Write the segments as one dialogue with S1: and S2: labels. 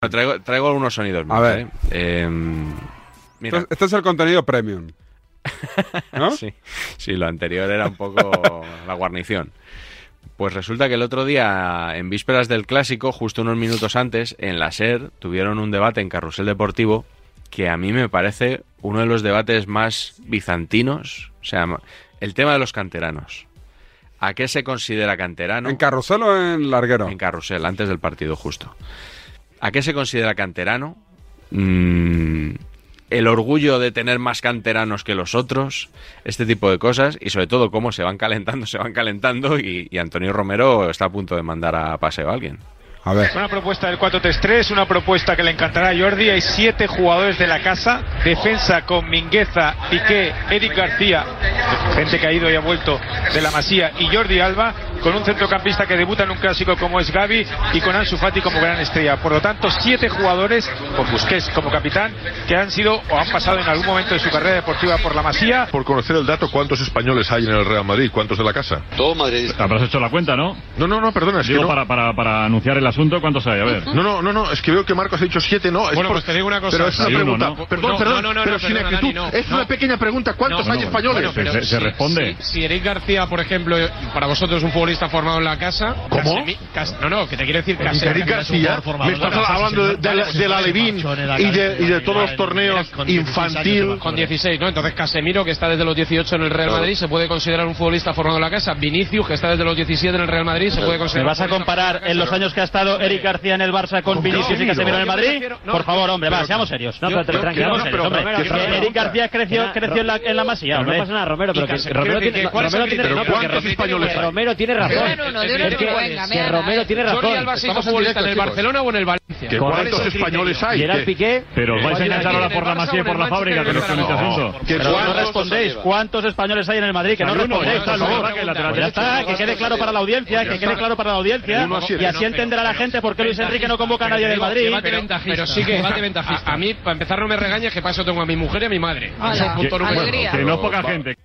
S1: Bueno, traigo, traigo algunos sonidos más.
S2: A ver.
S1: ¿eh? Em, mira,
S2: Esto, esto Este es el contenido premium. ¿No?
S1: sí, sí, lo anterior era un poco la guarnición. Pues resulta que el otro día, en vísperas del clásico, justo unos minutos antes, en la SER, tuvieron un debate en Carrusel Deportivo que a mí me parece uno de los debates más bizantinos. O sea, ma- el tema de los canteranos. ¿A qué se considera canterano?
S2: ¿En carrusel o en larguero?
S1: En carrusel, antes del partido justo. ¿A qué se considera canterano? Mm, el orgullo de tener más canteranos que los otros, este tipo de cosas, y sobre todo cómo se van calentando, se van calentando, y, y Antonio Romero está a punto de mandar a paseo a alguien.
S2: A ver.
S3: Una propuesta del 4-3-3, una propuesta que le encantará a Jordi. Hay siete jugadores de la casa. Defensa con Mingueza, Piqué, Eric García, gente que ha ido y ha vuelto de la Masía, y Jordi Alba, con un centrocampista que debuta en un clásico como es Gaby y con Ansu Fati como gran estrella. Por lo tanto, siete jugadores, con Busquets como capitán, que han sido o han pasado en algún momento de su carrera deportiva por la Masía.
S4: Por conocer el dato, ¿cuántos españoles hay en el Real Madrid? ¿Cuántos de la casa?
S5: Todo Madrid.
S6: Habrás hecho la cuenta, ¿no?
S4: No, no, no, perdona, es
S6: Digo,
S4: que no.
S6: para, para, para anunciar el asunto, ¿cuántos hay? A ver.
S4: No, no, no, no, es que veo que Marcos ha dicho siete, no. Es
S3: Bueno,
S4: por-
S3: pues te digo una cosa.
S4: Pero es una
S6: Hay uno,
S4: pregunta.
S6: ¿no?
S4: Perdón,
S3: No,
S4: perdón,
S3: no, no, no,
S4: pero
S3: no,
S4: sin
S3: perdona,
S4: actitud.
S3: Dani, no,
S4: es
S3: no.
S4: una pequeña pregunta, ¿cuántos
S6: No,
S4: hay
S6: no,
S4: españoles?
S6: bueno, pero- Se- se responde.
S3: Si, si Eric García, por ejemplo, para vosotros es un futbolista formado en la casa.
S4: ¿Cómo?
S3: Casemi- Cas- no, no, que te quiero decir
S4: Eric
S3: Casemi-
S4: García, me estás hablando de, de, la- de la Levín y de, y de todos los torneos infantil.
S3: Con 16, ¿no? Entonces Casemiro, que está desde los 18 en el Real Madrid, se puede considerar un futbolista formado en la casa. Vinicius, que está desde los 17 en el Real Madrid, se puede
S7: ¿Me
S3: considerar.
S7: vas a
S3: un futbolista
S7: comparar
S3: formado
S7: en los
S3: la casa,
S7: años que ha estado Eric García en el Barça con Vinicius y Casemiro en el Madrid?
S3: no,
S7: Por favor, hombre, va, seamos serios.
S8: No, pero
S4: Yo-
S8: tranquilo,
S4: yo-
S8: Romero,
S4: pero-
S8: Romero,
S4: que-
S7: Que
S8: tranquilo.
S7: Eric García creció,
S8: Mira,
S7: creció en, la, en la masía,
S8: Pero no
S7: hombre.
S8: pasa nada, Romero, pero
S3: Y
S8: que
S3: Casemiro,
S8: Romero
S3: que-
S8: tiene,
S3: que- ¿cuál es el
S8: Romero tiene-
S3: criterio?
S8: no,
S4: Pero
S8: pero que
S4: ¿cuántos
S8: Romero-
S4: españoles
S8: que
S4: hay?
S8: Romero tiene razón.
S9: Pero no, de ¿eh?
S8: Es
S9: verdad,
S8: que-
S9: venga,
S8: que
S9: venga,
S8: Romero
S9: venga.
S8: tiene
S3: ¿no? Jordi
S8: razón.
S3: Alba se hizo
S4: Estamos en
S3: futbolista en el
S4: directo, chicos.
S3: Barcelona o en el Valencia.
S4: que
S6: Correcto
S4: ¿Cuántos
S6: criterio.
S4: españoles hay?
S8: Gerard
S4: que-
S8: Piqué.
S6: Pero os vais a
S8: Jordi
S6: enganchar a la
S8: Alba.
S6: por la masía y por la fábrica que no con este asunto.
S4: que
S7: Pero no
S4: cuántos-
S7: respondéis. ¿Cuántos españoles hay en el Madrid que no
S6: Hay uno, ya
S7: respondéis?
S6: está,
S7: por
S6: lo que
S7: favor?
S6: pasa que el lateral
S7: Pues ya
S6: derecho-
S7: está, que quede claro para la audiencia, que quede claro para la audiencia.
S4: Uno a siete.
S7: Y así entenderá la gente por qué Luis Enrique no convoca a nadie del Madrid.
S3: Pero sí que a, a mí, para empezar, no me regañes, que paso tengo a mi mujer y a mi madre.
S7: Ah,
S9: Hola.
S3: Eso es punto
S9: Bueno,
S3: número uno.
S9: alegría.
S6: Que no es poca
S4: Va.
S6: gente.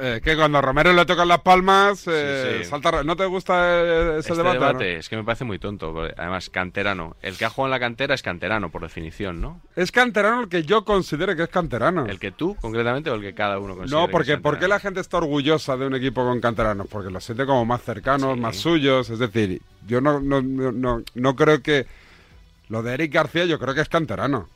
S2: Eh, que cuando a Romero le tocan las palmas, eh,
S1: Sí, sí.
S2: salta. ¿No te gusta eh, ese
S1: Este
S2: debate?
S1: debate,
S2: no?
S1: es que me parece muy tonto, porque además, canterano. El que ha jugado en la cantera es canterano, por definición, ¿no?
S2: Es canterano el que yo considere que es canterano.
S1: El que tú, concretamente, o el que cada uno considera.
S2: Ah. No,
S1: que
S2: porque
S1: es
S2: ¿por qué
S1: canterano.
S2: la gente está orgullosa de un equipo con canteranos? Porque los siente como más cercanos,
S1: Sí.
S2: más suyos. Es decir, yo no, no, no, no- no creo que. Lo de Eric García, yo creo que es canterano.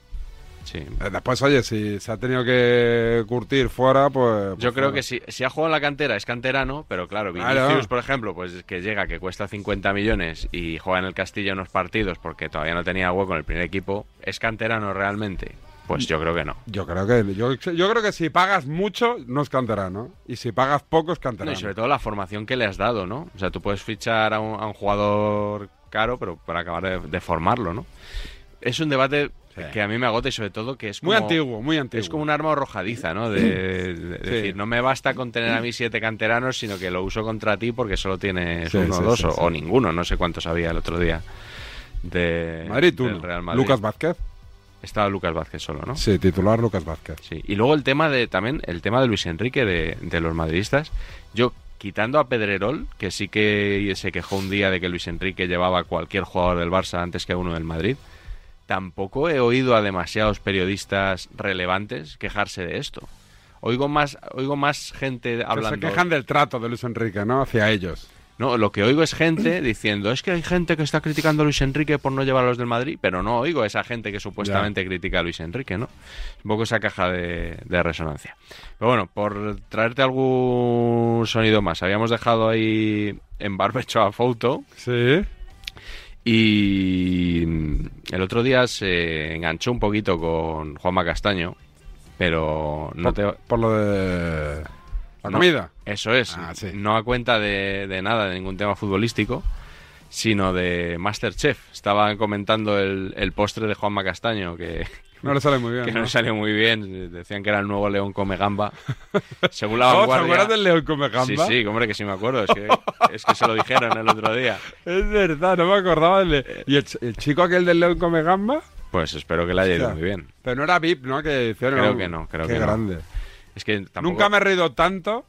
S1: Sí.
S2: Eh, Después, oye, si se ha tenido que curtir fuera, pues.
S1: Yo creo
S2: pues fuera.
S1: que si, si ha jugado en la cantera es canterano, pero claro,
S2: Claro.
S1: Vinicius, por ejemplo, pues que llega, que cuesta 50 millones y juega en el Castilla unos partidos porque todavía no tenía hueco en el primer equipo, ¿es canterano realmente? Pues yo creo que no.
S2: Yo creo que, yo, yo creo que si pagas mucho, no es canterano. Y si pagas poco, es
S1: No,
S2: canterano.
S1: y sobre todo la formación que le has dado, ¿no? O sea, tú puedes fichar a un, a un jugador caro, pero para acabar de, de formarlo, ¿no? Es un debate
S2: Sí.
S1: que a mí me agota y sobre todo que es
S2: muy
S1: como-
S2: antiguo, muy antiguo.
S1: Es como un arma arrojadiza, ¿no? De, de- de
S2: Sí.
S1: decir, no me basta con tener a mis siete canteranos, sino que lo uso contra ti porque solo tienes
S2: Sí,
S1: uno
S2: sí,
S1: o dos,
S2: sí,
S1: o,
S2: sí.
S1: o ninguno, no sé cuántos había el otro día. De,
S2: Eh, Madrid,
S1: del
S2: uno.
S1: eh, Real Madrid.
S2: Lucas Vázquez.
S1: Estaba Lucas Vázquez solo, ¿no?
S2: Sí, titular Lucas Vázquez.
S1: Sí. Y luego el tema de también, el tema de Luis Enrique, de, de los madridistas. Yo, quitando a Pedrerol, que sí que se quejó un día de que Luis Enrique llevaba a cualquier jugador del Barça antes que a uno del Madrid, tampoco he oído a demasiados periodistas relevantes quejarse de esto. Oigo más, oigo más gente
S2: Que
S1: hablando.
S2: se quejan del trato de Luis Enrique, ¿no? Hacia ellos.
S1: No, lo que oigo es gente diciendo, es que hay gente que está criticando a Luis Enrique por no llevar a los del Madrid, pero no oigo a esa gente que supuestamente critica a Luis Enrique, ¿no? Un poco esa caja de, de resonancia. Pero bueno, por traerte algún sonido más, habíamos dejado ahí en barbecho a Fouto
S2: Sí.
S1: y el otro día se enganchó un poquito con Juanma Castaño, pero no
S2: por,
S1: te...
S2: por lo de. La
S1: No,
S2: comida.
S1: Eso es.
S2: Ah, sí.
S1: No a cuenta de, de nada, de ningún tema futbolístico, sino de Masterchef. Estaban comentando el, el postre de Juanma Castaño, que,
S2: No le sale muy bien.
S1: que
S2: ¿no?
S1: no salió muy bien. Decían que era el nuevo León Come Gamba. Según la
S2: Oh, ¿Te
S1: vanguardia.
S2: acuerdas del León Come Gamba?
S1: Sí, sí, hombre, que sí me acuerdo. Es que, es que se lo dijeron el otro día.
S2: Es verdad, no me acordaba del. de- ¿Y el, ch- el chico aquel del León Come Gamba?
S1: Pues espero que le haya ido
S2: Hostia.
S1: muy bien.
S2: Pero no era VIP, ¿no? Que hicieron.
S1: Creo que no, creo
S2: Qué
S1: que no.
S2: grande.
S1: Es que tampoco-
S2: Nunca me he reído tanto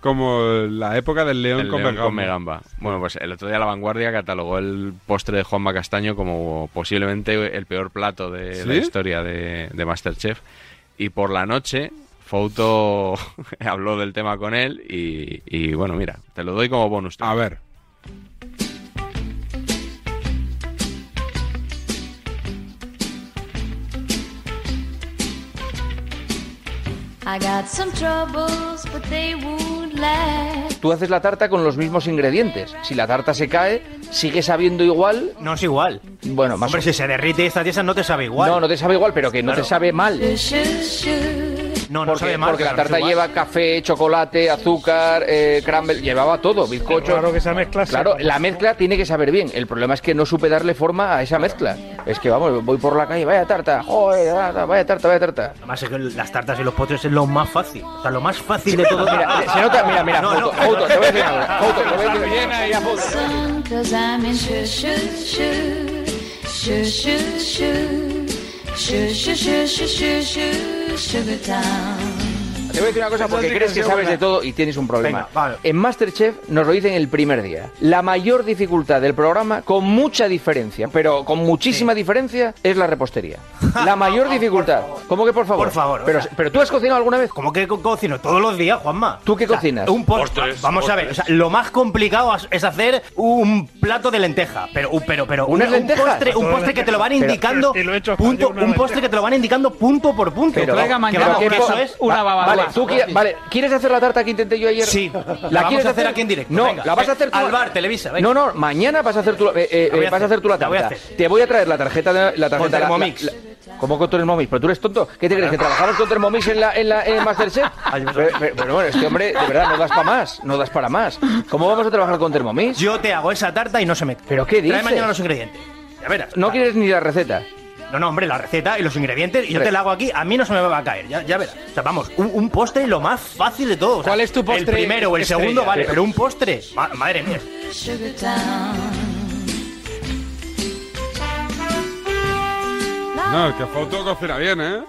S2: como la época del León,
S1: El
S2: con,
S1: león con
S2: Bergamo.
S1: Megamba. Bueno, pues el otro día La Vanguardia catalogó el postre de Juanma Castaño como posiblemente el peor plato de la
S2: ¿Sí?
S1: historia de, de Masterchef. Y por la noche, Fouto habló del tema con él y, y, bueno, mira, te lo doy como bonus. track.
S2: A ver.
S5: I got some troubles, but they won't last.
S8: Tú haces la tarta con los mismos ingredientes. Si la tarta se cae, sigue sabiendo igual.
S9: No es igual.
S8: Bueno, más
S9: Hombre,
S8: o-
S9: si se derrite esta tiesa no te sabe igual.
S8: No, no te sabe igual, pero que no
S9: Claro.
S8: te sabe mal.
S5: Shoo, shoo, shoo.
S9: no, no
S8: porque,
S9: sabe mal.
S8: porque la
S9: pero no es
S8: tarta
S9: igual.
S8: lleva café, chocolate, azúcar, eh, crumble, llevaba todo, bizcocho. Claro,
S10: esa mezcla se-
S8: la mezcla tiene que saber bien. El problema es que no supe darle forma a esa mezcla. Es que vamos, voy por la calle, vaya tarta, joder, tarta, vaya tarta, vaya tarta.
S9: Además, es que las tartas y los potres es lo más fácil. O sea, lo más fácil de todo.
S8: Mira, se nota, mira, mira,
S9: No,
S8: foto,
S9: no,
S8: foto, te voy a decir algo, foto, te voy a decir-
S5: Sun, cause I'm in shoo, shoo, shoo. Shoo, shoo, shoo. Shoo, shoo, shoo, shoo, shoo, shoo. Sugar Town.
S8: Te voy a decir una cosa porque crees que sabes de todo y tienes un problema.
S9: Venga, vale.
S8: En Masterchef nos lo dicen el primer día. La mayor dificultad del programa, con mucha diferencia, pero con muchísima diferencia, es la repostería. La mayor dificultad. ¿Cómo que por favor?
S9: Por favor, o
S8: Pero,
S9: sea-
S8: pero tú has cocinado alguna vez.
S9: ¿Cómo que co- cocino? Todos los días, Juanma.
S8: ¿Tú qué
S9: O sea,
S8: cocinas?
S9: un postre. Vamos a ver, o sea, lo más complicado as- es hacer un plato de lenteja. Pero, un- pero, pero.
S8: ¿Unas
S9: un- un
S8: lentejas?
S9: postre, un postre que te lo van indicando.
S10: y lo he hecho
S9: punto,
S10: yo una
S9: un postre que te lo van indicando punto por punto.
S8: Pero-
S9: Que vamos,
S8: pero
S9: que
S8: qué
S9: eso
S8: po-
S9: es
S8: Va- Vale, tú qui- vale, ¿quieres hacer la tarta que intenté yo ayer?
S9: Sí.
S8: ¿La,
S9: La vamos
S8: quieres
S9: a hacer aquí en directo,
S8: No,
S9: venga.
S8: la vas a hacer tú.
S9: Al bar, Televisa, venga.
S8: No, no, mañana vas a hacer tú la, eh, eh,
S9: La voy a
S8: vas a
S9: hacer,
S8: hacer tú la
S9: la voy a
S8: tarta.
S9: hacer.
S8: Te voy a traer la tarjeta de la tarjeta la-
S9: Thermomix.
S8: la- la- ¿Cómo con Thermomix? Pero tú eres tonto. ¿Qué te crees? ¿Que trabajamos con Thermomix en la, en la en Masterchef?
S9: Ay,
S8: pero, pero- pero bueno, este hombre, de verdad, no das para más. No das para más. ¿Cómo vamos a trabajar con Thermomix?
S9: Yo te hago esa tarta y no se mete.
S8: ¿Pero qué
S9: Trae
S8: dices?
S9: mañana los ingredientes. Ya verás.
S8: No quieres ni la receta.
S9: No, no, hombre, la receta y los ingredientes, y yo
S8: Re-
S9: te la hago aquí, a mí no se me va a caer, ya, ya verás. O sea, vamos, un, un postre lo más fácil de todo. o sea,
S10: ¿Cuál es tu
S9: El
S10: postre
S9: primero o el
S10: estrella?
S9: segundo, vale, pero un postre, ma- madre mía.
S5: Sugar Town.
S2: No, es que Foto cocina bien, ¿eh?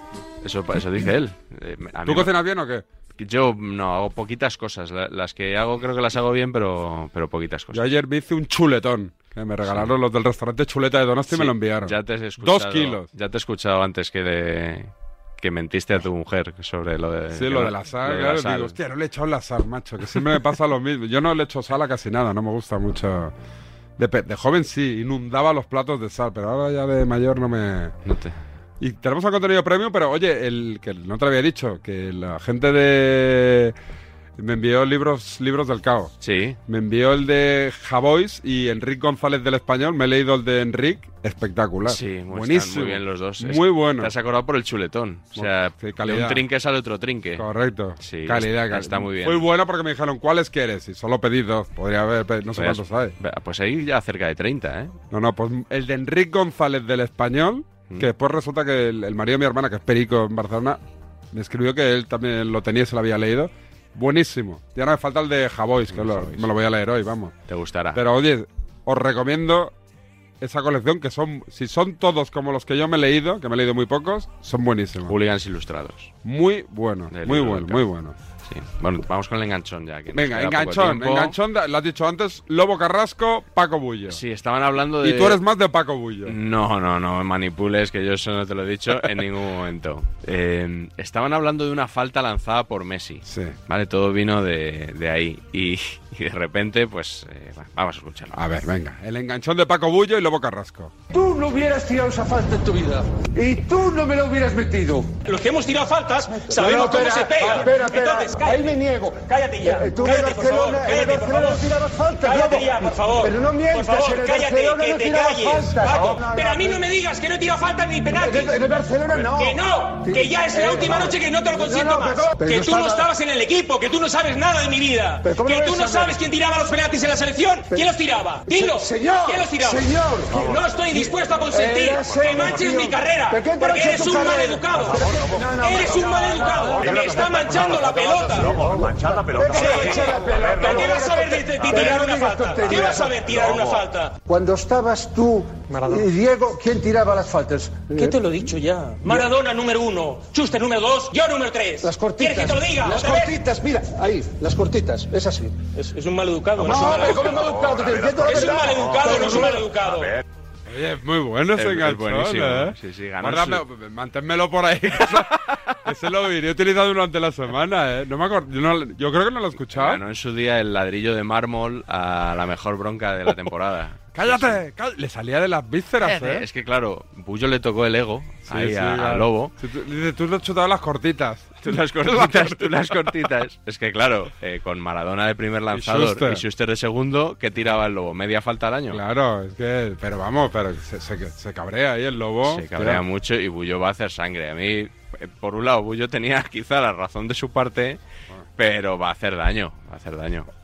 S1: Eso, eso dice él. Eh, a
S2: ¿Tú
S1: mí-
S2: cocinas bien o qué?
S1: Yo no, hago poquitas cosas. La- Las que hago creo que las hago bien, pero, pero poquitas
S2: Yo
S1: cosas.
S2: ayer me hice un chuletón. Que me regalaron los del restaurante Chuleta de Donosti y me lo enviaron.
S1: Ya te he escuchado,
S2: Dos kilos.
S1: Ya te he escuchado antes que, de- que mentiste a tu mujer sobre lo de,
S2: Sí,
S1: que
S2: lo
S1: no-
S2: de la sal,
S1: lo de la
S2: claro,
S1: sal.
S2: digo, hostia, no le he echado la sal, macho, que siempre me pasa lo mismo. Yo no le echo sal a casi nada, no me gusta mucho. De, pe- de joven sí, inundaba los platos de sal, pero ahora ya de mayor no me...
S1: No te-
S2: Y tenemos el contenido premium, pero oye, el que no te lo había dicho, que la gente de... Me envió libros, libros del caos.
S1: Sí,
S2: Me envió el de Javois y Enrique González del Español. Me he leído el de Enrique. Espectacular.
S1: sí, muy,
S2: Buenísimo.
S1: están muy bien los dos. Es-
S2: Muy bueno.
S1: Te has acordado por el chuletón. O
S2: Bueno,
S1: sea,
S2: qué
S1: de
S2: calidad.
S1: un trinque sale otro trinque.
S2: Correcto.
S1: Sí,
S2: calidad,
S1: está-
S2: calidad.
S1: está muy bien.
S2: Fue bueno porque me dijeron, ¿cuáles quieres? Y solo pedí dos. Podría haber, pedido- no sé
S1: Pues-
S2: cuántos hay.
S1: Pues ahí ya cerca de 30, ¿eh?
S2: No, no, pues el de Enrique González del Español,
S1: Mm.
S2: que después resulta que el, el marido de mi hermana, que es perico en Barcelona, me escribió que él también lo tenía y se lo había leído. Buenísimo. Y ahora me falta el de Javois, que lo- me lo voy a leer hoy, vamos.
S1: Te gustará.
S2: Pero oye, os recomiendo esa colección que son, si son todos como los que yo me he leído, que me he leído muy pocos, son buenísimos.
S1: Hooligans Ilustrados.
S2: Muy bueno,
S1: Del
S2: muy
S1: libro
S2: bueno,
S1: del
S2: muy bueno.
S1: Sí. Bueno, vamos con el enganchón ya. que nos
S2: Venga,
S1: queda poco
S2: enganchón,
S1: tiempo.
S2: enganchón, da- lo has dicho antes, Lobo Carrasco, Paco Bullo.
S1: Sí, estaban hablando de... Mm.
S2: Y tú eres más de Paco Bullo.
S1: No, no, no me manipules, que yo eso no te lo he dicho en ningún momento. Eh, estaban hablando de una falta lanzada por Messi.
S2: Sí.
S1: Vale, todo vino de, de ahí. Y, y de repente, pues, eh, va, vamos a escucharlo.
S2: A ver, venga, el enganchón de Paco Bullo y Lobo Carrasco.
S10: Tú no hubieras tirado esa falta en tu vida. Y tú no me la hubieras metido.
S11: Los que hemos tirado faltas sabemos
S10: No, no,
S11: cómo se
S10: espera,
S11: pega.
S10: espera, espera,
S11: Entonces, cállate.
S10: ahí me niego.
S11: Cállate ya.
S10: Eh, tú en
S11: cállate, por favor.
S10: Barcelona- en
S11: Cállate, por
S10: Barcelona
S11: favor.
S10: no tirabas faltas,
S11: Cállate
S10: Lobo.
S11: ya, por favor.
S10: Pero no mientas,
S11: Por favor,
S10: en el
S11: cállate,
S10: Barcelona
S11: que
S10: no
S11: te
S10: tirabas
S11: calles.
S10: faltas.
S11: Paco,
S10: No, no,
S11: pero a mí
S10: no.
S11: no me digas que no he tirado faltas ni penaltis.
S10: En el Barcelona no.
S11: Que no, que ya es la última noche que no te lo consiento
S10: No, no,
S11: más.
S10: pero- pero
S11: Que
S10: no
S11: tú no
S10: estaba-
S11: estabas en el equipo, que tú no sabes nada de mi vida.
S10: Pero ¿cómo
S11: Que
S10: no
S11: tú
S10: ves
S11: no
S10: a-
S11: sabes quién tiraba los penaltis en la selección. ¿Quién los tiraba? Dilo.
S10: Se- señor,
S11: ¿Quién los tiraba?
S10: señor.
S11: No estoy dispuesto a consentir
S10: Eres
S11: que
S10: un
S11: manches
S10: tío.
S11: mi carrera.
S10: ¿Pero qué te
S11: Porque
S10: mancha
S11: eres
S10: tu
S11: un mal
S10: carrera?
S11: educado.
S10: Por favor, por favor.
S11: Eres un mal educado. Me está manchando la pelota.
S8: pelota.
S4: Lobo, manchar la pelota.
S8: Manchar la pelota. ¿Qué vas a ver de- de- de
S4: A ver,
S8: tirar
S4: no
S8: una
S4: digas
S8: falta?
S4: tonterías.
S8: ¿Qué vas a ver tirar una
S4: Lobo.
S8: falta?
S6: Cuando estabas tú
S8: Maradona.
S6: y Diego, ¿quién tiraba las faltas?
S8: ¿Qué te lo he dicho ya? Maradona número uno, Schuster número dos, yo número tres.
S6: Las cortitas.
S8: ¿Quieres que te lo diga?
S6: Las
S8: otra vez?
S6: cortitas, mira, ahí, las cortitas, es así.
S8: Es, es un mal educado.
S6: No,
S8: es un
S6: pero ¿cómo maleducado? Te entiendo la
S8: Es un
S6: verdad.
S8: mal educado, no es un mal educado.
S2: Oye, es muy bueno ese
S1: Es- es
S2: enganchón,
S1: buenísimo.
S2: ¿eh?
S1: Sí, sí, ganó
S2: Guárdame- Manténmelo por ahí. que eso- Ese lo he utilizado durante la semana, ¿eh? No me acuerdo. Yo, no- yo creo que no lo he escuchado.
S1: Ganó en su día el ladrillo de mármol a la mejor bronca de la temporada.
S2: ¡Cállate! cáll- Le salía de las
S1: Ah,
S2: vísceras, ¿eh?
S1: Es que claro, Bullo le tocó el ego
S2: Sí,
S1: ahí
S2: sí,
S1: a-
S2: claro.
S1: al lobo.
S2: Si tú, dice, tú le has chutado las cortitas.
S1: Tú las cortitas, tú las cortitas. Es que claro, eh, con Maradona de primer lanzador y Schuster.
S2: Schuster.
S1: de segundo, ¿qué tiraba el lobo? ¿Media falta al año?
S2: Claro, es que. Pero vamos, pero se, se- se cabrea ahí el lobo.
S1: Se cabrea
S2: Hostia.
S1: mucho y Bullo va a hacer sangre. A mí, eh, por un lado, Bullo tenía quizá la razón de su parte, pero va a hacer daño, va a hacer daño.